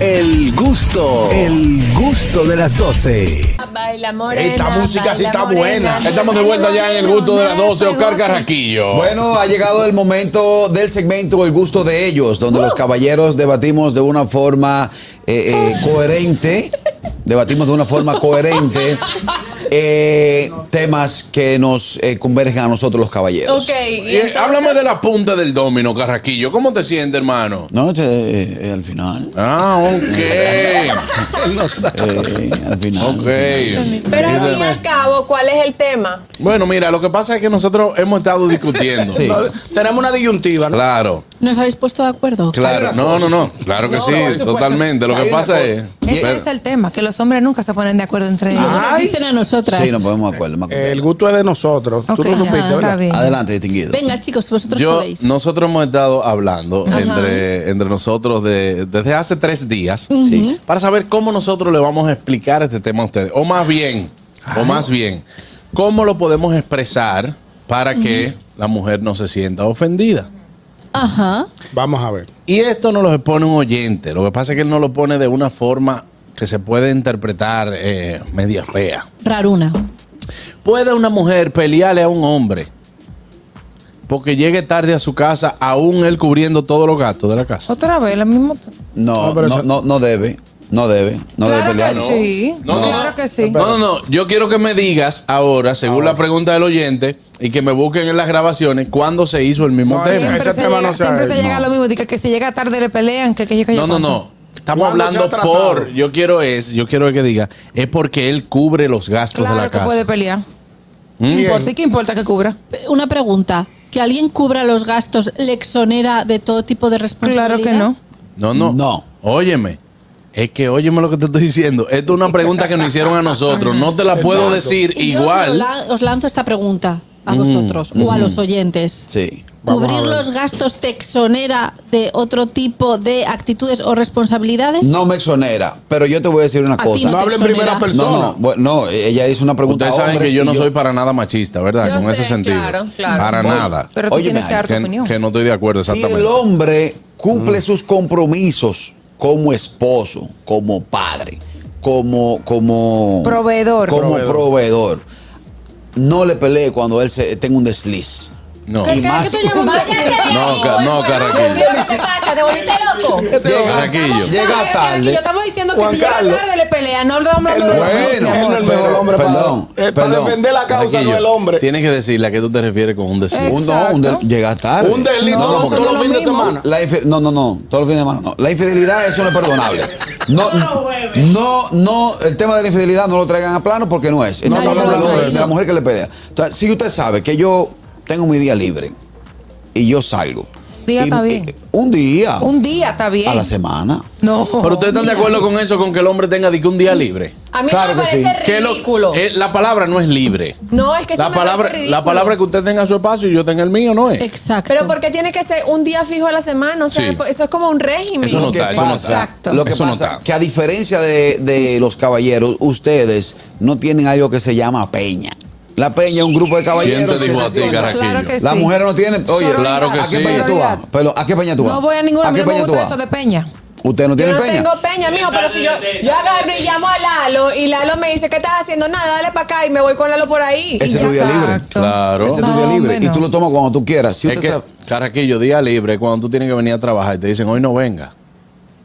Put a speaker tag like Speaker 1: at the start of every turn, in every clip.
Speaker 1: El gusto, el gusto de las 12.
Speaker 2: Baila morena,
Speaker 3: Esta música sí
Speaker 2: baila
Speaker 3: está
Speaker 2: morena.
Speaker 3: buena.
Speaker 4: Estamos de vuelta ya en el gusto de las 12, Oscar Carraquillo. Eh,
Speaker 5: Bueno, ha llegado el momento del segmento El gusto de ellos, donde los caballeros debatimos de una forma eh, eh, coherente, debatimos de una forma coherente eh, temas que nos eh, convergen a nosotros los caballeros.
Speaker 2: Ok, y
Speaker 4: Y, eh,
Speaker 2: entonces-
Speaker 4: háblame de la punta del domino, Carraquillo. ¿Cómo te sientes, hermano?
Speaker 5: No, eh, eh, eh, al final.
Speaker 4: Ah, ok.
Speaker 5: eh, al final.
Speaker 4: Ok.
Speaker 2: Pero al fin y al cabo, ¿cuál es el tema?
Speaker 4: Bueno, mira, lo que pasa es que nosotros hemos estado discutiendo.
Speaker 5: Sí.
Speaker 3: Tenemos una disyuntiva. ¿no?
Speaker 4: Claro,
Speaker 6: ¿Nos habéis puesto de acuerdo?
Speaker 4: claro. No, no, no. Claro que
Speaker 6: No, por
Speaker 4: sí,
Speaker 6: supuesto.
Speaker 4: totalmente. Lo
Speaker 5: Hay
Speaker 4: que
Speaker 5: una
Speaker 4: pasa
Speaker 5: cosa.
Speaker 4: es.
Speaker 6: Ese
Speaker 4: Pero-
Speaker 6: es el tema, que los hombres nunca se ponen de acuerdo entre ellos.
Speaker 3: Ay.
Speaker 6: Dicen a nosotras.
Speaker 5: Sí, nos podemos de acuerdo. me acuerdo.
Speaker 3: El gusto es de nosotros.
Speaker 6: Ok,
Speaker 3: Tú lo
Speaker 6: ya,
Speaker 3: supiste,
Speaker 6: ahora
Speaker 3: ¿verdad?
Speaker 6: ve.
Speaker 5: Adelante, distinguido.
Speaker 6: Venga, chicos, vosotros
Speaker 4: Yo,
Speaker 6: podéis.
Speaker 4: nosotros hemos estado hablando entre, entre nosotros de- desde hace tres días para saber cómo nosotros le vamos a explicar este tema a ustedes. O más bien, o más bien, cómo lo podemos expresar para que la mujer no se sienta ofendida.
Speaker 6: Ajá.
Speaker 3: Vamos a ver.
Speaker 4: Y esto nos lo expone un oyente. Lo que pasa es que él nos lo pone de una forma que se puede interpretar eh, media fea.
Speaker 6: Raruna.
Speaker 4: ¿Puede una mujer pelearle a un hombre porque llegue tarde a su casa, aún él cubriendo todos los gastos de la casa?
Speaker 6: Otra vez, la misma.
Speaker 5: No,
Speaker 3: No, pero
Speaker 5: no,
Speaker 3: eso-
Speaker 5: no, no debe. No debe. No debe
Speaker 6: claro
Speaker 5: pelear.
Speaker 6: que sí.
Speaker 4: No, no,
Speaker 6: claro
Speaker 4: no.
Speaker 6: que sí.
Speaker 4: No, no, no. Yo quiero que me digas ahora, según la pregunta del oyente, y que me busquen en las grabaciones, cuándo se hizo el mismo
Speaker 3: No,
Speaker 4: tema.
Speaker 3: ese-
Speaker 6: Siempre
Speaker 3: ese
Speaker 6: se,
Speaker 3: tema
Speaker 6: llega,
Speaker 3: no se ha
Speaker 6: siempre se
Speaker 3: hecho.
Speaker 6: llega a lo mismo. Dice que si llega tarde le pelean, que, que yo que yo
Speaker 4: No, no,
Speaker 6: cuánto.
Speaker 4: no. Estamos
Speaker 3: ¿Cuándo se
Speaker 4: hablando
Speaker 3: ha tratado?
Speaker 4: por. Yo quiero es, yo quiero que diga, es porque él cubre los gastos de la
Speaker 6: Claro que
Speaker 4: casa.
Speaker 6: puede pelear. ¿Qué
Speaker 4: ¿Mm?
Speaker 6: importa? ¿Y qué importa que cubra?
Speaker 7: Una pregunta. ¿Que alguien cubra los gastos le exonera de todo tipo de responsabilidad?
Speaker 6: Claro que no.
Speaker 4: No, no.
Speaker 5: No.
Speaker 4: Óyeme. Es que óyeme lo que te estoy diciendo. Esto es una pregunta que nos hicieron a nosotros. No te la puedo
Speaker 3: Exacto.
Speaker 4: decir
Speaker 7: Y yo
Speaker 4: igual.
Speaker 7: os la- Os lanzo esta pregunta a vosotros o a los oyentes.
Speaker 5: Sí.
Speaker 3: Vamos a
Speaker 7: ¿Cubrir
Speaker 3: ver.
Speaker 7: los gastos te exonera de otro tipo de actitudes o responsabilidades?
Speaker 5: No me exonera, pero yo te voy a decir una
Speaker 7: ti
Speaker 5: cosa.
Speaker 3: No
Speaker 7: te
Speaker 3: hable en
Speaker 7: exonera.
Speaker 3: primera persona.
Speaker 5: No, no, bueno, no, e-, ella hizo una pregunta.
Speaker 4: Ustedes
Speaker 5: a
Speaker 4: saben que
Speaker 5: hombres
Speaker 4: yo
Speaker 5: y
Speaker 4: no soy para nada machista, ¿verdad?
Speaker 2: Yo
Speaker 4: Con ese
Speaker 2: sé,
Speaker 4: sentido.
Speaker 2: claro, claro.
Speaker 4: Para
Speaker 5: Voy.
Speaker 4: nada.
Speaker 6: Pero tú
Speaker 5: Óyeme,
Speaker 6: tienes que dar tu
Speaker 4: Que,
Speaker 6: opinión.
Speaker 4: que no estoy de acuerdo,
Speaker 5: Si
Speaker 4: exactamente. Mm.
Speaker 5: el hombre cumple sus compromisos como esposo, como padre, como como
Speaker 6: Proveedor.
Speaker 5: como
Speaker 3: Proveedor.
Speaker 5: proveedor, no le pelee cuando él se tenga un desliz.
Speaker 4: no.
Speaker 6: ¿Qué, qué,
Speaker 5: más-
Speaker 6: qué tú llamas un desliz?
Speaker 4: No, ca- no, Carraquillo.
Speaker 2: ¿Qué te pasa? ¿Te volviste loco?
Speaker 4: Carraquillo.
Speaker 5: llega
Speaker 6: Yo
Speaker 5: tarde.
Speaker 6: estamos diciendo que
Speaker 3: Juan
Speaker 6: si llega
Speaker 3: Carlos.
Speaker 6: tarde le pelean, no estamos hablando de
Speaker 5: Bueno,
Speaker 6: nosotros, mi
Speaker 3: él no
Speaker 6: amor.
Speaker 3: es el mejor
Speaker 5: Pero-
Speaker 3: hombre para-
Speaker 5: perdón,
Speaker 3: eh, para,
Speaker 5: perdón.
Speaker 3: defender la causa, no
Speaker 4: Carraquillo,
Speaker 3: el hombre.
Speaker 4: Tienes que decirle a qué tú te refieres con un decir.
Speaker 6: Eh,
Speaker 5: Un, no, un de- llega tarde.
Speaker 3: Un delito
Speaker 6: No,
Speaker 3: no,
Speaker 6: porque-
Speaker 3: todos
Speaker 6: no
Speaker 3: los
Speaker 6: lo
Speaker 3: fines de
Speaker 6: mismo.
Speaker 3: semana.
Speaker 5: La infi- Ah, no, no, no, todos los fines de semana no. La infidelidad eso no es perdonable. No, no, no, el tema de la infidelidad no lo traigan a plano porque no es. Estamos
Speaker 7: Nadie
Speaker 5: hablando
Speaker 7: lo
Speaker 5: del hombre,
Speaker 7: trae.
Speaker 5: de la mujer que le pelea. O sea, si usted sabe que yo tengo mi día libre y yo salgo.
Speaker 6: Día
Speaker 5: y-
Speaker 6: está
Speaker 5: y-
Speaker 6: bien.
Speaker 5: Un día
Speaker 6: Un día está bien.
Speaker 5: a la semana.
Speaker 6: No.
Speaker 4: Pero ustedes están de acuerdo con eso, con que el hombre tenga de que un día libre.
Speaker 2: A mí
Speaker 5: Claro
Speaker 2: eso me
Speaker 5: que sí.
Speaker 2: parece
Speaker 4: Que lo-
Speaker 2: ridículo.
Speaker 4: eh, la palabra no es libre.
Speaker 2: no, es que eso
Speaker 4: La
Speaker 2: me
Speaker 4: palabra,
Speaker 2: parece
Speaker 4: la
Speaker 2: ridículo.
Speaker 4: palabra que usted tenga su espacio y yo tenga el mío no es.
Speaker 7: Exacto.
Speaker 2: Pero porque tiene que ser un día fijo a la semana, o sea,
Speaker 4: Sí.
Speaker 2: eso es como un régimen.
Speaker 4: Eso no
Speaker 5: Lo que
Speaker 4: está, eso no está.
Speaker 5: pasa,
Speaker 6: Exacto.
Speaker 5: Lo que
Speaker 4: Eso no
Speaker 5: pasa
Speaker 4: está.
Speaker 5: que a diferencia de, de los caballeros, ustedes no tienen algo que se llama peña. La peña es un grupo de
Speaker 4: ¿Quién
Speaker 5: caballeros.
Speaker 4: te
Speaker 5: que
Speaker 4: dijo
Speaker 5: se
Speaker 4: a ti,
Speaker 5: sientan-
Speaker 4: Carraquillo?
Speaker 6: Claro que Eh, sí.
Speaker 5: Las mujeres no tienen. Oye,
Speaker 4: Claro que
Speaker 5: ¿a qué
Speaker 4: sí.
Speaker 5: peña tú vas? Pero, ¿A qué peña tú vas?
Speaker 6: No voy a ninguna,
Speaker 5: ¿A
Speaker 6: a mí
Speaker 5: qué
Speaker 6: no me
Speaker 5: peña tú
Speaker 6: gusta
Speaker 5: vas?
Speaker 6: eso de peña.
Speaker 5: Usted no
Speaker 2: Yo
Speaker 5: tiene
Speaker 2: no
Speaker 5: peña.
Speaker 2: tengo peña, mijo, pero si yo, yo agarro y llamo a Lalo y Lalo me dice, ¿qué estás haciendo? Nada, dale para acá y me voy con Lalo por ahí.
Speaker 5: Ese
Speaker 2: y
Speaker 5: es tu
Speaker 2: ya.
Speaker 5: día libre.
Speaker 6: Exacto.
Speaker 4: Claro.
Speaker 5: Ese es tu
Speaker 6: No,
Speaker 5: día libre.
Speaker 6: hombre,
Speaker 5: Y tú
Speaker 6: no.
Speaker 5: lo tomas cuando tú quieras. Si
Speaker 4: es
Speaker 5: usted
Speaker 4: que,
Speaker 5: sabe-
Speaker 4: Carraquillo, día libre, cuando tú tienes que venir a trabajar y te dicen, hoy no venga.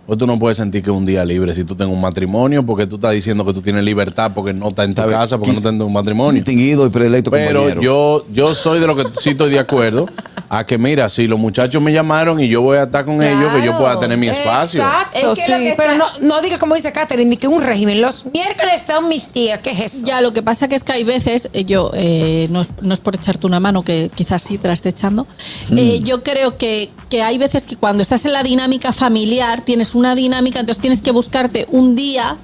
Speaker 4: Pues tú no puedes sentir que es un día libre si tú tienes un matrimonio, porque tú estás diciendo que tú tienes libertad, porque no estás en tu
Speaker 5: Está bien.
Speaker 4: casa, porque no
Speaker 5: Quis-
Speaker 4: estás en tu matrimonio.
Speaker 5: Distinguido y predilecto
Speaker 4: Pero
Speaker 5: compañero.
Speaker 4: yo, yo soy de lo que sí estoy de acuerdo, a que mira, si los muchachos me llamaron y yo voy a estar con ellos, que yo
Speaker 2: Claro.
Speaker 4: pueda tener mi espacio.
Speaker 6: Exacto,
Speaker 2: Es que
Speaker 6: sí,
Speaker 2: lo que
Speaker 6: pero no,
Speaker 2: está-
Speaker 6: no diga como dice Catherine, ni que un régimen. Los miércoles son mis días, ¿qué es eso?
Speaker 7: Ya, lo que pasa que es que hay veces, eh, yo, eh, no, es, no es por echarte una mano, que quizás sí te la esté echando,
Speaker 4: Mm.
Speaker 7: eh, yo creo que, que hay veces que cuando estás en la dinámica familiar, tienes una dinámica, entonces tienes que buscarte un día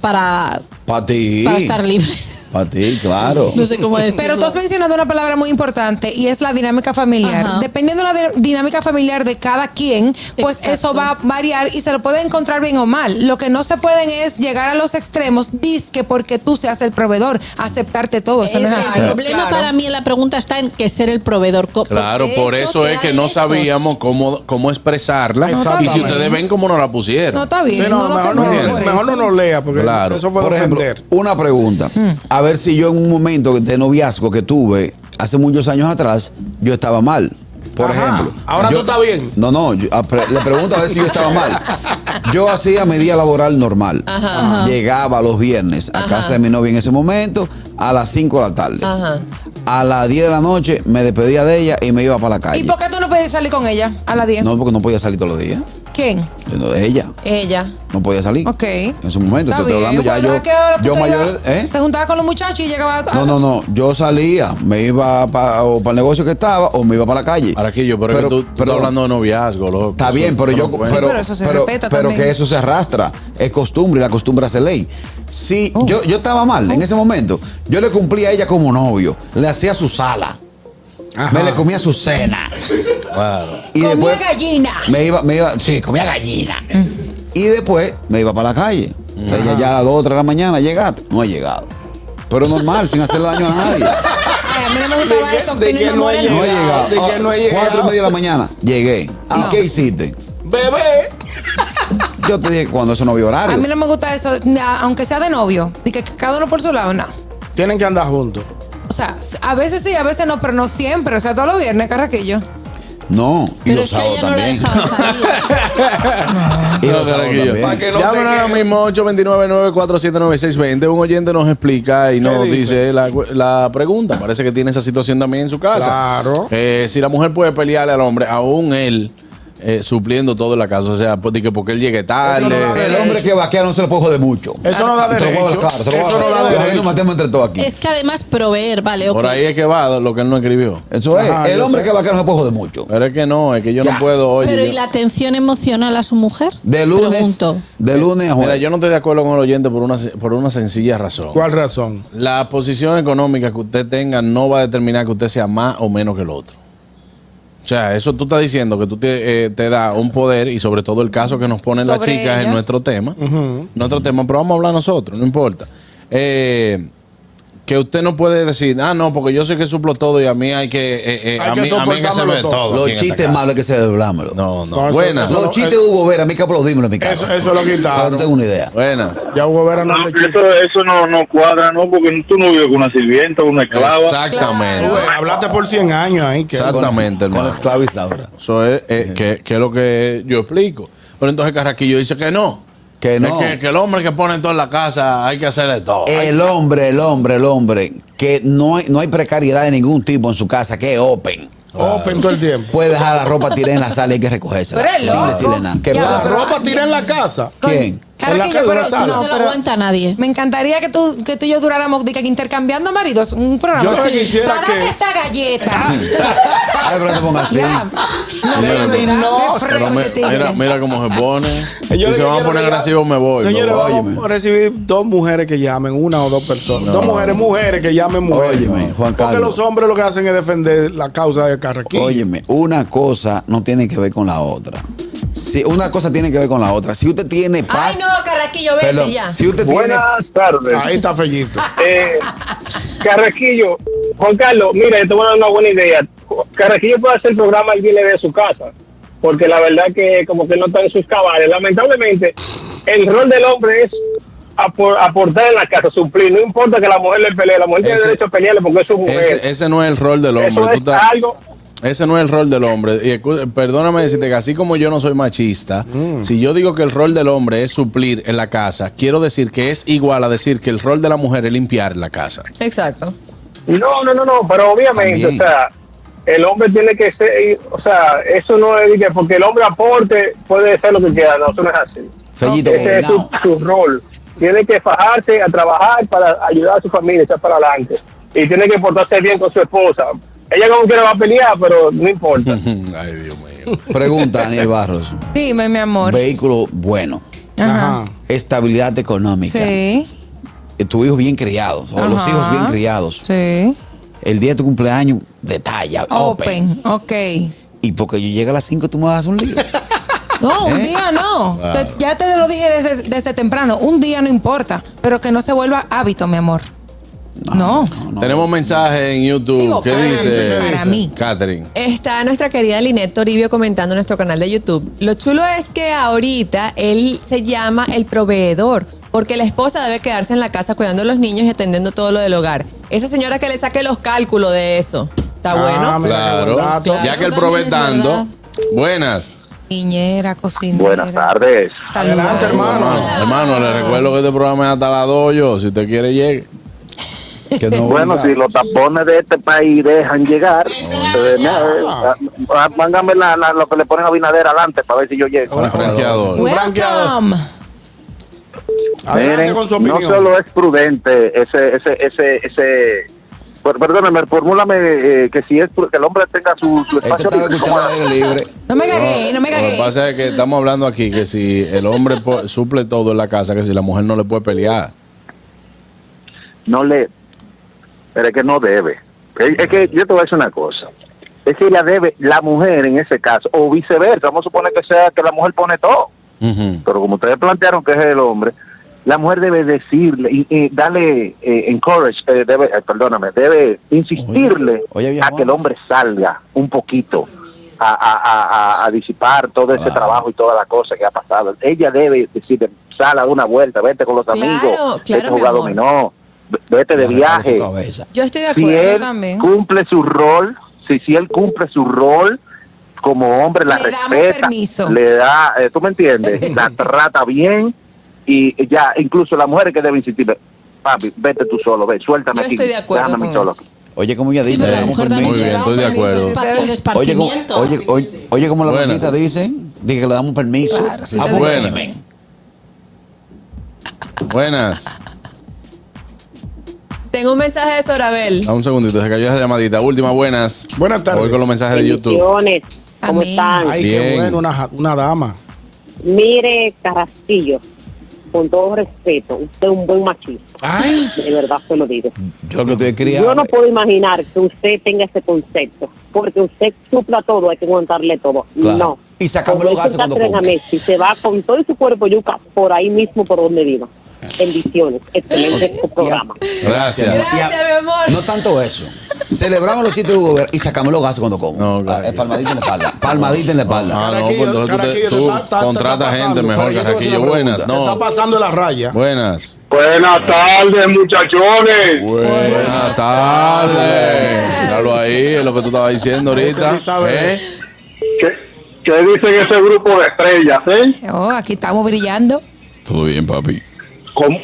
Speaker 7: para,
Speaker 5: Para ti.
Speaker 7: para estar libre.
Speaker 5: Para ti, claro.
Speaker 7: No sé cómo decirlo.
Speaker 6: Pero tú has mencionado una palabra muy importante y es la dinámica familiar.
Speaker 7: Ajá.
Speaker 6: Dependiendo de la di- dinámica familiar de cada quien, pues
Speaker 7: Exacto.
Speaker 6: eso va a variar y se lo puede encontrar bien o mal. Lo que no se pueden es llegar a los extremos, disque porque tú seas el proveedor, aceptarte todo. Eso no es así.
Speaker 7: El problema
Speaker 2: Claro.
Speaker 7: para mí en la pregunta está en que ser el proveedor. co-
Speaker 4: Claro,
Speaker 7: porque
Speaker 4: por eso
Speaker 7: te
Speaker 4: es que
Speaker 7: da
Speaker 4: no
Speaker 7: derechos.
Speaker 4: sabíamos cómo, cómo expresarla. y si
Speaker 3: Exactamente.
Speaker 4: ustedes ven cómo nos la pusieron.
Speaker 6: No está bien.
Speaker 3: Sí, no,
Speaker 6: no lo
Speaker 3: mejor,
Speaker 6: sé,
Speaker 3: no,
Speaker 6: no, por
Speaker 3: mejor
Speaker 6: eso.
Speaker 3: no nos lea, porque
Speaker 4: Claro.
Speaker 3: eso fue
Speaker 5: Por ejemplo,
Speaker 3: defender.
Speaker 5: una pregunta.
Speaker 6: Mm.
Speaker 5: A ver si yo en un momento de noviazgo que tuve hace muchos años atrás, yo estaba mal. Por
Speaker 3: Ajá.
Speaker 5: ejemplo.
Speaker 3: Ahora
Speaker 5: yo-
Speaker 3: tú estás bien.
Speaker 5: No, no, yo- a pre- le pregunto a ver si yo estaba mal. Yo hacía mi día laboral normal. Llegaba los viernes a casa de mi novia en ese momento a las 5 de la tarde.
Speaker 2: Ajá.
Speaker 5: A las 10 de la noche me despedía de ella y me iba para la calle.
Speaker 6: ¿Y por qué tú no puedes salir con ella a las 10?
Speaker 5: No, porque no podía salir todos los días.
Speaker 6: ¿Quién?
Speaker 5: Yo no- ella.
Speaker 2: Ella.
Speaker 5: No podía salir.
Speaker 6: Ok.
Speaker 5: En su momento.
Speaker 6: Está
Speaker 5: te estoy
Speaker 6: bien,
Speaker 5: hablando ya
Speaker 6: bueno, ¿a
Speaker 5: yo.
Speaker 6: qué hora tú
Speaker 5: Yo
Speaker 6: te
Speaker 5: mayor.
Speaker 6: ibas?
Speaker 5: ¿eh?
Speaker 6: Te juntabas con los muchachos y llegabas a-
Speaker 5: No, no, no. Yo salía, me iba pa- o para el negocio que estaba o me iba para la calle.
Speaker 4: Ahora que yo, pero, es que tú, tú estás
Speaker 5: pero-
Speaker 4: hablando de noviazgo, loco.
Speaker 5: Está
Speaker 4: Eso-
Speaker 5: bien, pero
Speaker 4: eso
Speaker 5: yo.
Speaker 4: no
Speaker 5: Pero,
Speaker 4: puede.
Speaker 6: pero eso se respeta
Speaker 5: pero
Speaker 6: también.
Speaker 5: que eso se arrastra. Es costumbre y la costumbre hace ley. Sí,
Speaker 6: Oh.
Speaker 5: yo, yo estaba mal en ese momento. Yo le cumplía a ella como novio. Le hacía su sala.
Speaker 3: Ajá.
Speaker 5: Me le comía su cena.
Speaker 4: Claro.
Speaker 5: Y
Speaker 6: Comía
Speaker 5: después
Speaker 6: gallina.
Speaker 5: Me iba, me iba, sí, comía gallina.
Speaker 3: Mm.
Speaker 5: y después me iba para la calle. Entonces ya a las 2 o 3 de la mañana llegaste. No he llegado. Pero normal, sin hacerle daño a nadie.
Speaker 6: Ay, a mí no me gustaba eso.
Speaker 3: de
Speaker 6: opinión
Speaker 3: que
Speaker 6: de
Speaker 3: no
Speaker 6: mujer.
Speaker 3: he
Speaker 5: No he
Speaker 3: Llegado,
Speaker 5: llegado.
Speaker 3: de que no he llegado.
Speaker 5: 4 y media de la mañana. Llegué.
Speaker 6: Ah.
Speaker 5: ¿Y qué hiciste?
Speaker 3: Bebé.
Speaker 5: Yo te dije que cuando eso no había horario.
Speaker 6: A mí no me gusta eso, na- aunque sea de novio. De que cada uno por su lado, no.
Speaker 3: Tienen que andar juntos.
Speaker 6: O sea, a veces sí, a veces no, pero no siempre. O sea, todos los viernes, carraquillo.
Speaker 5: No. Y
Speaker 7: Pero
Speaker 5: los
Speaker 7: es que a
Speaker 5: sábados
Speaker 7: ella no la
Speaker 5: también.
Speaker 7: dejaban salir.
Speaker 5: Y
Speaker 4: No,
Speaker 5: los sábados
Speaker 4: tranquilo.
Speaker 5: también.
Speaker 3: que no
Speaker 4: Llamen
Speaker 3: te
Speaker 4: ahora
Speaker 3: quede.
Speaker 4: mismo 829-947-9620. Un oyente nos explica y nos
Speaker 3: ¿Qué
Speaker 4: dice
Speaker 3: dice?
Speaker 4: la, la pregunta. Parece que tiene esa situación también en su casa.
Speaker 3: Claro.
Speaker 4: Eh, si la mujer puede pelearle al hombre, aún él eh, supliendo todo en la casa. O sea, pues, di que porque él llegue tarde.
Speaker 3: Eso no da
Speaker 5: El hombre que vaquea no se le puede joder mucho.
Speaker 3: Eso no da
Speaker 5: Te lo voy a
Speaker 3: derecho.
Speaker 5: hablar claro, te lo voy a
Speaker 3: Eso no
Speaker 5: hablar
Speaker 3: da
Speaker 5: claro.
Speaker 3: derecho.
Speaker 5: Nos matemos entre todos aquí.
Speaker 7: Es que además proveer, vale, ok.
Speaker 4: Por ahí es que va lo que él no escribió.
Speaker 5: Eso es.
Speaker 3: Ajá,
Speaker 5: el
Speaker 3: yo
Speaker 5: hombre
Speaker 3: sé.
Speaker 5: que vaquea no se puede joder mucho.
Speaker 4: Pero es que no, es que yo no
Speaker 5: Ya.
Speaker 4: puedo. Oye,
Speaker 7: Pero
Speaker 4: yo-
Speaker 7: ¿y la atención emocional a su mujer?
Speaker 5: De lunes,
Speaker 7: Pregunto.
Speaker 5: de lunes a jueves.
Speaker 4: Mira, yo no estoy de acuerdo con el oyente por una, por una sencilla razón.
Speaker 3: ¿Cuál razón?
Speaker 4: La posición económica que usted tenga no va a determinar que usted sea más o menos que el otro. O sea, eso tú estás diciendo que tú te, eh, te da un poder y sobre todo el caso que nos ponen las
Speaker 6: Sobre
Speaker 4: chicas en
Speaker 6: ella.
Speaker 4: nuestro tema. Nuestro tema, pero vamos a hablar nosotros, no importa. Eh, que usted no puede decir, ah, no, porque yo sé que suplo todo y a mí hay que. eh, eh,
Speaker 3: Hay
Speaker 4: a,
Speaker 3: que
Speaker 4: mí, a mí hay que se
Speaker 3: soportármelo
Speaker 4: ve
Speaker 3: todo.
Speaker 4: todo.
Speaker 5: Los
Speaker 4: aquí en esta
Speaker 5: chistes
Speaker 4: casa.
Speaker 5: malos hay que celebrámelo.
Speaker 4: No, no.
Speaker 3: No, eso-
Speaker 4: Buenas.
Speaker 3: eso-
Speaker 5: Los chistes de Hugo Vera, a mí que aplaudímelo en mi
Speaker 3: Eso,
Speaker 5: casa.
Speaker 3: eso lo
Speaker 5: Para que tú tengas
Speaker 3: quitaron.
Speaker 5: una idea.
Speaker 4: Buenas.
Speaker 3: Ya Hugo Vera no se quita.
Speaker 8: eso, eso no, no cuadra, ¿no? Porque tú no vives con una sirvienta, una esclava.
Speaker 4: Exactamente.
Speaker 3: Hugo, Hablaste por 100 años ahí. Que
Speaker 4: Exacto. Exactamente,
Speaker 5: Con- Con
Speaker 4: hermano.
Speaker 5: la esclava Isaura.
Speaker 4: Eso es eh, que, que es lo que yo explico. Pero entonces Carraquillo dice que no.
Speaker 5: Que no.
Speaker 4: Es que, que el hombre que pone todo en la casa hay que hacerle todo.
Speaker 5: El hombre, el hombre, el hombre, que no hay, no hay precariedad de ningún tipo en su casa, que es open.
Speaker 3: Open todo el tiempo.
Speaker 5: Puede dejar la ropa tirada en la sala y hay que recogérsela.
Speaker 6: Pero es
Speaker 5: Sin
Speaker 6: loco.
Speaker 5: decirle nada. Que
Speaker 6: Ya,
Speaker 5: va.
Speaker 3: La
Speaker 6: pero-
Speaker 3: ropa tira en la casa.
Speaker 5: ¿Quién?
Speaker 6: Carraquillo,
Speaker 3: En la
Speaker 6: pero
Speaker 3: calle,
Speaker 7: No,
Speaker 3: en la
Speaker 6: no,
Speaker 7: te lo
Speaker 6: pero
Speaker 7: aguanta nadie.
Speaker 6: me encantaría que tú, que tú y yo duráramos de que intercambiando maridos. Un programa.
Speaker 3: Yo lo que
Speaker 6: Sí.
Speaker 3: quisiera
Speaker 6: Párate
Speaker 3: que-
Speaker 6: esa galleta.
Speaker 5: Ay, pero no te pongas así.
Speaker 6: Ya. No,
Speaker 4: Señores,
Speaker 6: pero mira,
Speaker 3: no.
Speaker 6: qué
Speaker 4: Pero
Speaker 6: fresco
Speaker 4: me-
Speaker 6: este tigre.
Speaker 4: mira, mira cómo se pone.
Speaker 3: Señores,
Speaker 4: si se
Speaker 3: Eh, yo
Speaker 4: van a
Speaker 3: quiero
Speaker 4: poner
Speaker 3: que ya-
Speaker 4: agresivos, me voy.
Speaker 3: Señores,
Speaker 4: loco.
Speaker 3: vamos a recibir dos mujeres que llamen, una o dos personas. Dos mujeres, mujeres que llamen mujeres.
Speaker 5: Óyeme,
Speaker 3: Porque
Speaker 5: Juan Carlos.
Speaker 3: los hombres lo que hacen es defender la causa de Carraquillo.
Speaker 5: Óyeme, una cosa no tiene que ver con la otra. Si, una cosa tiene que ver con la otra. Si usted tiene paz.
Speaker 6: Ay, no, Carraquillo, vete
Speaker 5: perdón,
Speaker 6: ya.
Speaker 5: Si usted tiene.
Speaker 8: Buenas tardes.
Speaker 3: Ahí está Fellito.
Speaker 8: Eh, Carraquillo, Juan Carlos, mira, yo te voy a dar una buena idea. Carraquillo puede hacer el programa el viene de su casa, porque la verdad que como que no está en sus cabales. Lamentablemente, el rol del hombre es apor- aportar en la casa, suplir. No importa que la mujer le pelee, la mujer tiene
Speaker 4: Ese-
Speaker 8: derecho a pelearle porque es su mujer.
Speaker 4: Ese, ese no es el rol del hombre.
Speaker 8: Eso
Speaker 4: tú
Speaker 8: es
Speaker 4: estás-
Speaker 8: algo
Speaker 4: Ese no es el rol del hombre. Y escu- perdóname decirte que así como yo no soy machista, si yo digo que el rol del hombre es suplir en la casa, quiero decir que es igual a decir que el rol de la mujer es limpiar la casa.
Speaker 2: Exacto.
Speaker 8: No, no, no, no, pero obviamente,
Speaker 5: También.
Speaker 8: o sea, el hombre tiene que ser, o sea, eso no es, que porque el hombre aporte puede ser lo que quiera, no, eso no es así.
Speaker 5: Fellito,
Speaker 8: Ese es su,
Speaker 5: gobernado.
Speaker 8: su rol. Tiene que fajarse a trabajar para ayudar a su familia, echar para adelante. Y tiene que portarse bien con su esposa. Ella como quiera va a pelear, pero no importa.
Speaker 4: Ay, Dios mío.
Speaker 5: Pregunta, Daniel Barros.
Speaker 6: Dime, mi amor.
Speaker 5: Vehículo bueno.
Speaker 6: Ajá.
Speaker 3: Ajá.
Speaker 5: Estabilidad económica.
Speaker 6: Sí.
Speaker 5: eh, tu hijo bien criado, o los
Speaker 6: Ajá.
Speaker 5: hijos bien criados.
Speaker 6: Sí.
Speaker 5: El día de tu cumpleaños, detalla, open.
Speaker 6: Open. Ok.
Speaker 5: Y porque yo llegue a las 5, tú me das un lío.
Speaker 6: No, un
Speaker 5: ¿Eh?
Speaker 6: día no. Te- ya te lo dije desde, desde temprano. Un día no importa, pero que no se vuelva hábito, mi amor. No.
Speaker 4: Tenemos mensaje en YouTube.
Speaker 6: Digo,
Speaker 4: ¿Qué
Speaker 6: para
Speaker 4: dice?
Speaker 6: mí, para mí.
Speaker 4: Catherine.
Speaker 2: Está nuestra querida Linet Toribio comentando en nuestro canal de YouTube. Lo chulo es que ahorita él se llama el proveedor, porque la esposa debe quedarse en la casa cuidando a los niños y atendiendo todo lo del hogar. Esa señora que le saque los cálculos de eso. Está
Speaker 3: Ah,
Speaker 2: bueno.
Speaker 3: mira, qué
Speaker 4: Claro.
Speaker 3: buen dato.
Speaker 7: Claro.
Speaker 4: Ya que él
Speaker 7: Eso también
Speaker 4: provee
Speaker 7: es
Speaker 4: tanto.
Speaker 7: verdad.
Speaker 4: Buenas.
Speaker 6: Niñera, cocinera.
Speaker 9: Buenas tardes.
Speaker 6: saludable.
Speaker 3: Adelante, hermano.
Speaker 4: Hermano, hermano, le recuerdo que este programa es hasta las 2 yo. Si usted quiere, llegue.
Speaker 5: Que no
Speaker 9: Bueno,
Speaker 5: venga.
Speaker 9: si los tapones de este país dejan llegar, eh, nada, eh, ah, póngame la- la- lo que le ponen a Binadera adelante para ver si yo llego.
Speaker 4: Para franqueador.
Speaker 3: Un franqueado.
Speaker 6: Welcome.
Speaker 3: Adelante
Speaker 9: Miren,
Speaker 3: con su
Speaker 9: no
Speaker 3: opinión.
Speaker 9: solo es prudente ese, ese, ese, ese. per- Perdóname, formúlame eh, que si es pru- que el hombre tenga su, su
Speaker 5: Esto
Speaker 9: espacio. libre,
Speaker 5: Este estaba escuchando al aire libre.
Speaker 6: No me cagué, no me
Speaker 4: Lo que
Speaker 6: cagué.
Speaker 4: pasa es que estamos hablando aquí que si el hombre po- suple todo en la casa, que si la mujer no le puede pelear.
Speaker 9: no le. Pero es que no debe. Es, es que yo te voy a decir una cosa. Es que la debe la mujer en ese caso, o viceversa. Vamos a suponer que sea que la mujer pone todo.
Speaker 4: Ujú.
Speaker 9: pero como ustedes plantearon que es el hombre, la mujer debe decirle, y, y darle eh, encourage, eh, debe, eh, perdóname, debe insistirle
Speaker 5: oye, viejo.
Speaker 9: a que el hombre salga un poquito a, a- a- a- a disipar todo este trabajo y toda la cosa que ha pasado. Ella debe decirle, sal a una vuelta, vete con los
Speaker 2: Claro,
Speaker 9: amigos, Este vete
Speaker 2: claro,
Speaker 9: a
Speaker 2: mi
Speaker 9: jugar
Speaker 2: amor.
Speaker 9: dominó, v- vete de viaje.
Speaker 5: Tu cabeza.
Speaker 2: Yo estoy de
Speaker 9: Si
Speaker 2: acuerdo
Speaker 9: él
Speaker 2: también.
Speaker 9: cumple su rol, si, si él cumple su rol como hombre, la
Speaker 6: Le damos
Speaker 9: respeta,
Speaker 6: permiso.
Speaker 9: le da, eh, tú me entiendes, la trata bien y ya, incluso las mujeres que deben insistir, papi, vete tú solo, ve, suéltame
Speaker 2: Yo
Speaker 9: aquí,
Speaker 2: estoy de acuerdo
Speaker 9: déjame a mí
Speaker 2: con
Speaker 9: solo.
Speaker 2: eso.
Speaker 5: Oye, como ella
Speaker 7: Sí,
Speaker 5: dice,
Speaker 7: pero
Speaker 5: le
Speaker 7: la
Speaker 5: damos
Speaker 7: mujer también
Speaker 4: Muy bien,
Speaker 5: permiso.
Speaker 7: le da
Speaker 4: estoy de
Speaker 7: permiso,
Speaker 4: acuerdo.
Speaker 7: espacio de
Speaker 5: Oye, como,
Speaker 7: esparcimiento.
Speaker 5: oye, oye, oye, como la
Speaker 4: Buena.
Speaker 5: maldita dice, dice que le damos permiso.
Speaker 4: Ah,
Speaker 5: Ah, porque-
Speaker 4: buenas. Buenas.
Speaker 2: Tengo un mensaje de Sorabel.
Speaker 4: Da un segundito, se cayó esa llamadita. Última, buenas.
Speaker 3: Buenas tardes.
Speaker 4: Voy con los mensajes de YouTube.
Speaker 10: Bendiciones. ¿Cómo
Speaker 6: Amén.
Speaker 10: están?
Speaker 3: Ay,
Speaker 4: Bien. Ah,
Speaker 3: qué bueno, una, ja- una dama.
Speaker 10: Mire, Carrasquillo, con todo respeto, usted es un buen machista.
Speaker 3: Ay,
Speaker 10: De verdad se lo digo.
Speaker 5: Yo lo que estoy criado.
Speaker 10: Yo no puedo imaginar que usted tenga ese concepto, porque usted supla todo, hay que aguantarle todo.
Speaker 5: Claro.
Speaker 10: No.
Speaker 5: Y sacamos los
Speaker 10: Como
Speaker 5: gases
Speaker 10: hizo
Speaker 5: cuando
Speaker 10: Catherine a
Speaker 5: compre.
Speaker 10: Messi, se va con todo su cuerpo yuca por ahí mismo por donde viva. Bendiciones. Excelente programa.
Speaker 4: Gracias.
Speaker 2: Gracias,
Speaker 5: Ya-
Speaker 2: mi amor.
Speaker 5: No tanto eso. Celebramos los chistes de Hugo Vera y sacamos los gases cuando como.
Speaker 4: No, claro.
Speaker 5: palmadita en la espalda. Palmadita en la espalda.
Speaker 4: Ah, no, pues
Speaker 3: Caraquillo,
Speaker 4: entonces tú, te-
Speaker 3: Caraquillo, te
Speaker 4: tú
Speaker 3: está- está- te
Speaker 4: contratas
Speaker 3: está
Speaker 4: gente
Speaker 3: pasando.
Speaker 4: mejor,
Speaker 5: Pero yo te voy a hacer
Speaker 4: Caraquillo.
Speaker 5: una pregunta.
Speaker 4: Buenas,
Speaker 5: Te
Speaker 3: está
Speaker 4: no.
Speaker 3: pasando la raya.
Speaker 4: Buenas.
Speaker 8: Buenas tardes, muchachones.
Speaker 4: Buenas, tardes. Míralo ahí, es lo que tú estabas diciendo ahorita.
Speaker 3: Ese sí sabe.
Speaker 4: ¿Eh?
Speaker 8: ¿Qué, qué dicen ese grupo de estrellas, eh?
Speaker 6: Oh, aquí estamos brillando.
Speaker 4: Todo bien, papi.
Speaker 8: ¿Cómo,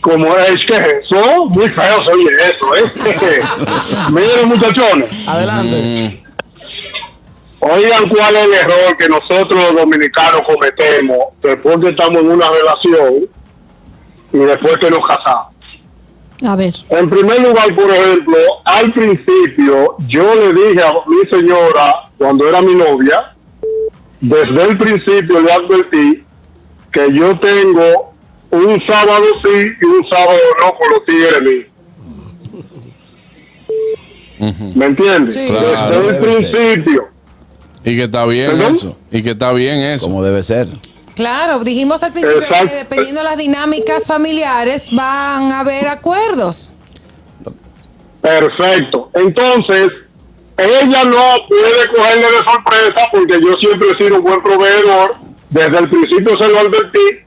Speaker 8: cómo es que es eso? Muy feo soy eso, ¿eh? Miren, muchachones,
Speaker 3: Adelante.
Speaker 8: oigan cuál es el error que nosotros los dominicanos cometemos después que estamos en una relación y después que nos casamos.
Speaker 7: A ver.
Speaker 8: En primer lugar, por ejemplo, al principio yo le dije a mi señora, cuando era mi novia, desde el principio le advertí que yo tengo un sábado sí y un sábado no con los tigres míos. ¿Me entiendes?
Speaker 6: Sí.
Speaker 8: Desde
Speaker 4: Claro,
Speaker 8: el
Speaker 5: debe ser.
Speaker 8: principio.
Speaker 4: Y que está bien
Speaker 8: ¿Perdón?
Speaker 4: eso. Y que está bien eso.
Speaker 5: Como debe ser.
Speaker 6: Claro, dijimos al principio
Speaker 8: Exacto.
Speaker 6: que dependiendo de las dinámicas familiares van a haber acuerdos.
Speaker 8: Perfecto. Entonces, ella no puede cogerle de sorpresa porque yo siempre he sido un buen proveedor. Desde el principio se lo advertí.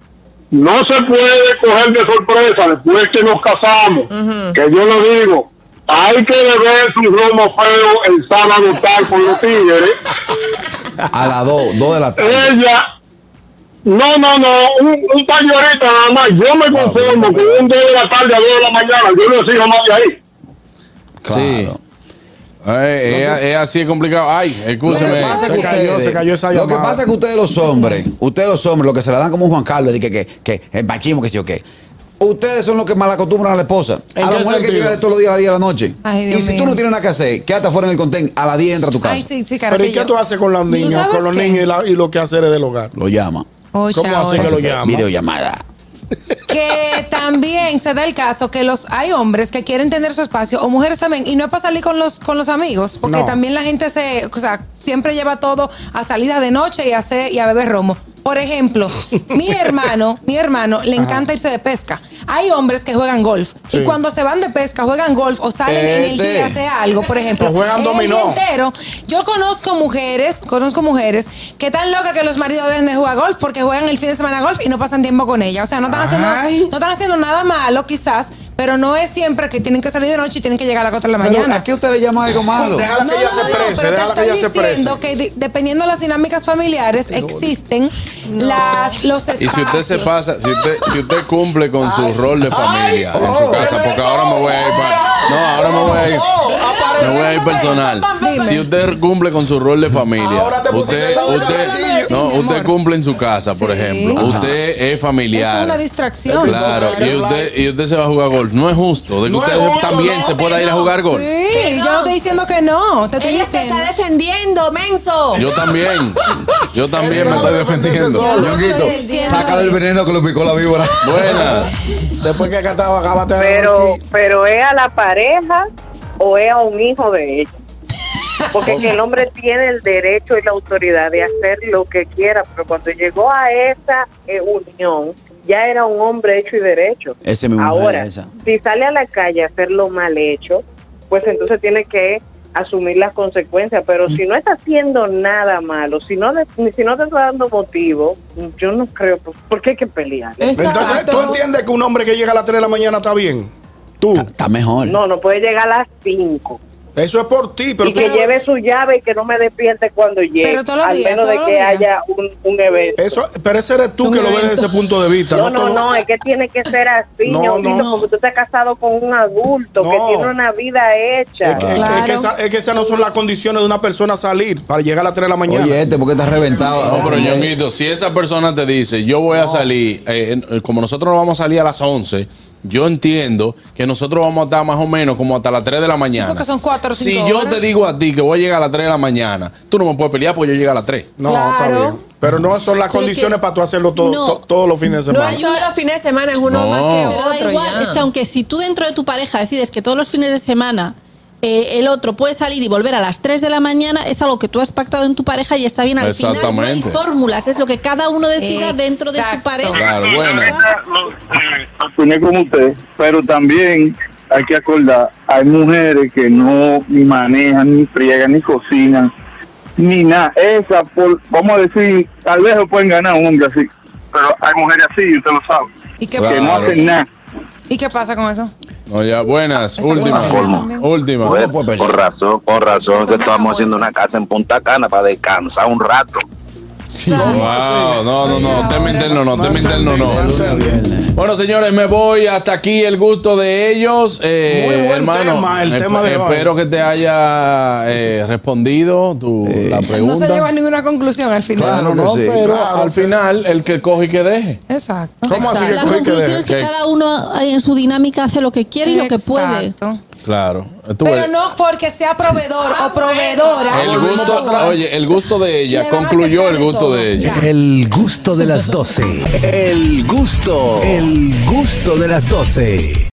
Speaker 8: No se puede coger de sorpresa después que nos casamos. Que yo lo digo, hay que beber su romo feo el sábado tal con los tigres.
Speaker 5: A las 2, 2 de la tarde.
Speaker 8: Ella, no, no, no, un, un pañuelito nada más. Yo me conformo con un 2 de la tarde a 2 de la mañana. Yo no sigo más de ahí.
Speaker 5: Claro.
Speaker 4: Eh, es- es así es complicado. Ay,
Speaker 5: Lo
Speaker 4: escúcheme.
Speaker 5: que pasa es
Speaker 3: Se
Speaker 5: que
Speaker 3: cayó,
Speaker 5: ustedes-
Speaker 3: se cayó esa
Speaker 5: Lo que
Speaker 3: llamada.
Speaker 5: pasa es que ustedes los hombres, ustedes los hombres, lo que se la dan como un Juan Carlos, de que, que, que el machismo, que sí o qué. Ustedes son los que mal acostumbran a la esposa.
Speaker 3: ¿En
Speaker 5: A la
Speaker 3: qué
Speaker 5: mujer que
Speaker 3: sentido?
Speaker 5: llega todos los días a las 10 de la noche.
Speaker 6: Ay,
Speaker 5: y
Speaker 6: Dios
Speaker 5: si tú
Speaker 6: mío.
Speaker 5: no tienes nada que hacer, quédate afuera en el contén. A las 10 entra a tu casa.
Speaker 6: Ay, sí, sí,
Speaker 3: Pero ¿y
Speaker 6: carajillo.
Speaker 3: qué tú haces con los
Speaker 6: ¿Tú
Speaker 3: niños,
Speaker 6: sabes
Speaker 3: con los
Speaker 6: qué?
Speaker 3: niños y, la- y los quehaceres del hogar?
Speaker 5: Lo llama.
Speaker 6: Ocho
Speaker 3: ¿Cómo así
Speaker 6: horas.
Speaker 3: que lo llama?
Speaker 5: Videollamada.
Speaker 6: que también se da el caso que los hay hombres que quieren tener su espacio o mujeres también y no es para salir con los con los amigos porque
Speaker 3: No.
Speaker 6: también la gente se o sea siempre lleva todo a salida de noche y a hacer- y a beber romo por ejemplo mi hermano mi hermano le encanta irse de pesca hay hombres que juegan golf y
Speaker 3: Sí.
Speaker 6: cuando se van de pesca juegan golf o salen en el
Speaker 5: Este.
Speaker 6: día a hacer algo por ejemplo
Speaker 3: O juegan
Speaker 6: el día
Speaker 3: dominó.
Speaker 6: entero. yo conozco mujeres conozco mujeres que están locas que los maridos dejen de jugar golf porque juegan el fin de semana golf y no pasan tiempo con ella o sea no están
Speaker 3: Ay.
Speaker 6: haciendo no están haciendo nada malo quizás, pero no es siempre que tienen que salir de noche y tienen que llegar a las 4 de la
Speaker 5: Pero,
Speaker 6: mañana.
Speaker 5: ¿A qué usted le llama algo malo?
Speaker 3: Déjala eh, que
Speaker 6: No,
Speaker 3: ella
Speaker 6: no,
Speaker 3: se
Speaker 6: no,
Speaker 3: prese,
Speaker 6: pero te
Speaker 3: déjala que ella se
Speaker 6: estoy
Speaker 3: prese.
Speaker 6: diciendo que de- dependiendo de las dinámicas familiares existen las, los
Speaker 4: Y
Speaker 6: espacios.
Speaker 4: si usted se pasa, si usted, si usted cumple con su rol de familia en su
Speaker 5: oh,
Speaker 4: casa, porque ahora me voy a ir para. No, ahora me voy a ir.
Speaker 3: Oh,
Speaker 4: Me voy a ir personal.
Speaker 6: Dime.
Speaker 4: Si usted cumple con su rol de familia,
Speaker 3: Ahora te pusiste
Speaker 4: usted,
Speaker 3: todo el
Speaker 4: usted,
Speaker 3: gatillo.
Speaker 4: no,
Speaker 6: Sí, mi
Speaker 4: usted
Speaker 6: amor.
Speaker 4: cumple en su casa, por
Speaker 6: Sí.
Speaker 4: ejemplo. Usted es familiar.
Speaker 6: Eso es una distracción.
Speaker 4: Claro, y usted, y usted se va a jugar gol. No es justo de que
Speaker 3: No es
Speaker 4: usted
Speaker 3: justo,
Speaker 4: también
Speaker 3: no,
Speaker 4: se pueda
Speaker 7: que
Speaker 4: ir a
Speaker 7: no.
Speaker 4: jugar gol.
Speaker 6: Sí, yo no estoy diciendo que no, te estoy
Speaker 2: Ella se
Speaker 6: diciendo.
Speaker 2: está defendiendo, menso.
Speaker 4: Yo también, yo también
Speaker 3: Él
Speaker 4: me
Speaker 3: sabe
Speaker 4: estoy
Speaker 3: defenderse
Speaker 4: defendiendo.
Speaker 3: solo.
Speaker 5: Ñonguito,
Speaker 6: estoy diciendo
Speaker 5: sácale el
Speaker 6: eso.
Speaker 5: veneno que lo picó la víbora.
Speaker 4: Buena.
Speaker 3: Después que acá acabaste
Speaker 10: Pero, pero es a la pareja o es a un hijo de ella. Porque es que el hombre tiene el derecho y la autoridad de hacer lo que quiera, pero cuando llegó a esa eh, unión, ya era un hombre hecho y derecho.
Speaker 5: Ese es mi mujer,
Speaker 10: Ahora,
Speaker 5: esa.
Speaker 10: si sale a la calle a hacer lo mal hecho, pues entonces tiene que asumir las consecuencias. Pero si no está haciendo nada malo, si no, le- si no te está dando motivo, yo no creo, pues, ¿por qué hay que pelear?
Speaker 3: Entonces, ¿tú entiendes que un hombre que llega a las 3 de la mañana está bien? Tú.
Speaker 5: Está mejor.
Speaker 10: No, no puede llegar a las 5.
Speaker 3: Eso es por ti, pero
Speaker 10: y
Speaker 3: tú
Speaker 10: que
Speaker 3: no-
Speaker 10: lleve su llave y que no me despierte cuando llegue.
Speaker 6: Pero todos los
Speaker 10: al
Speaker 6: días,
Speaker 10: menos de
Speaker 6: todos
Speaker 10: que
Speaker 6: los días.
Speaker 10: haya un, un evento.
Speaker 3: Eso, pero ese eres tú
Speaker 6: Un
Speaker 3: que lo ves
Speaker 6: evento.
Speaker 3: desde ese punto de vista.
Speaker 10: no,
Speaker 3: te
Speaker 10: no,
Speaker 3: lo-
Speaker 10: no, es que tiene que ser así,
Speaker 3: No,
Speaker 10: Ñonguito,
Speaker 3: no.
Speaker 10: porque tú estás casado con un adulto que
Speaker 3: No.
Speaker 10: tiene una vida hecha.
Speaker 3: Es que, es que- es que esa- es que esas no son las condiciones de una persona salir para llegar a las 3 de la mañana.
Speaker 5: Oye, este, porque estás reventado?
Speaker 4: No, pero Ñonguito, si esa persona te dice, yo voy a salir, eh, en- eh, como nosotros no vamos a salir a las 11, yo entiendo que nosotros vamos a estar más o menos como hasta las 3 de la mañana.
Speaker 6: porque son cuatro o
Speaker 4: Si
Speaker 6: cinco
Speaker 4: yo
Speaker 6: horas.
Speaker 4: te digo a ti que voy a llegar a las 3 de la mañana, tú no me puedes pelear porque yo llego a las 3.
Speaker 3: no,
Speaker 6: claro.
Speaker 3: está bien. Pero no son las
Speaker 7: Pero
Speaker 3: condiciones
Speaker 7: que-
Speaker 3: para tú hacerlo todo,
Speaker 7: no.
Speaker 3: to- todos los fines de
Speaker 2: No
Speaker 3: semana.
Speaker 2: es todos los fines de semana, es uno
Speaker 4: No.
Speaker 2: más que
Speaker 7: Pero
Speaker 2: otro.
Speaker 7: da igual,
Speaker 2: ya.
Speaker 7: es que aunque si tú dentro de tu pareja decides que todos los fines de semana eh, el otro puede salir y volver a las 3 de la mañana, es algo que tú has pactado en tu pareja y está bien al final. No hay
Speaker 4: Exactamente.
Speaker 7: fórmulas, es lo que cada uno decida dentro de su
Speaker 6: Exacto.
Speaker 7: pareja.
Speaker 4: Claro, bueno.
Speaker 9: Opiné como usted, pero también hay que acordar, hay mujeres que no ni manejan, ni friegan, ni cocinan, ni nada. Esa, por, vamos a decir, tal vez lo pueden ganar un hombre así, pero hay mujeres así, usted lo sabe,
Speaker 6: ¿Y qué,
Speaker 4: Claro.
Speaker 9: que no hacen nada.
Speaker 6: ¿Y qué pasa con eso?
Speaker 4: No, ya, buenas,
Speaker 6: Esa
Speaker 4: última,
Speaker 6: es buena.
Speaker 4: última, última.
Speaker 9: Pues, con razón, con razón, que estamos haciendo una casa en Punta Cana para descansar un rato.
Speaker 4: Wow, no, no, no, tema interno no, tema interno no. Bueno, señores, me voy hasta aquí el gusto de ellos. Eh,
Speaker 3: Muy buen
Speaker 4: hermano,
Speaker 3: tema, el
Speaker 4: esp-
Speaker 3: tema de hoy.
Speaker 4: espero que te haya eh, respondido tu, la
Speaker 6: No se
Speaker 4: pregunta.
Speaker 6: llegó a ninguna conclusión al final.
Speaker 4: Claro,
Speaker 5: Claro que
Speaker 4: no,
Speaker 5: sí.
Speaker 4: pero
Speaker 3: Claro,
Speaker 4: al
Speaker 3: pero-
Speaker 4: final el que coge y que deje.
Speaker 6: Exacto.
Speaker 3: ¿Cómo así que
Speaker 7: La
Speaker 3: cogí que
Speaker 7: conclusión
Speaker 3: deje?
Speaker 7: es que
Speaker 4: Ok.
Speaker 7: cada uno eh, en su dinámica hace lo que quiere y lo que puede.
Speaker 6: Exacto.
Speaker 4: Claro. Tú
Speaker 6: Pero
Speaker 4: eres-
Speaker 6: no porque sea proveedor
Speaker 7: Ah,
Speaker 6: o proveedora.
Speaker 4: Pues- el gusto, oye, el gusto de ella
Speaker 6: Le van a
Speaker 4: concluyó
Speaker 6: aceptar
Speaker 4: el
Speaker 6: de
Speaker 4: gusto
Speaker 6: todo.
Speaker 4: de ella.
Speaker 6: Ya.
Speaker 1: El gusto de las 12. El gusto. El gusto de las 12.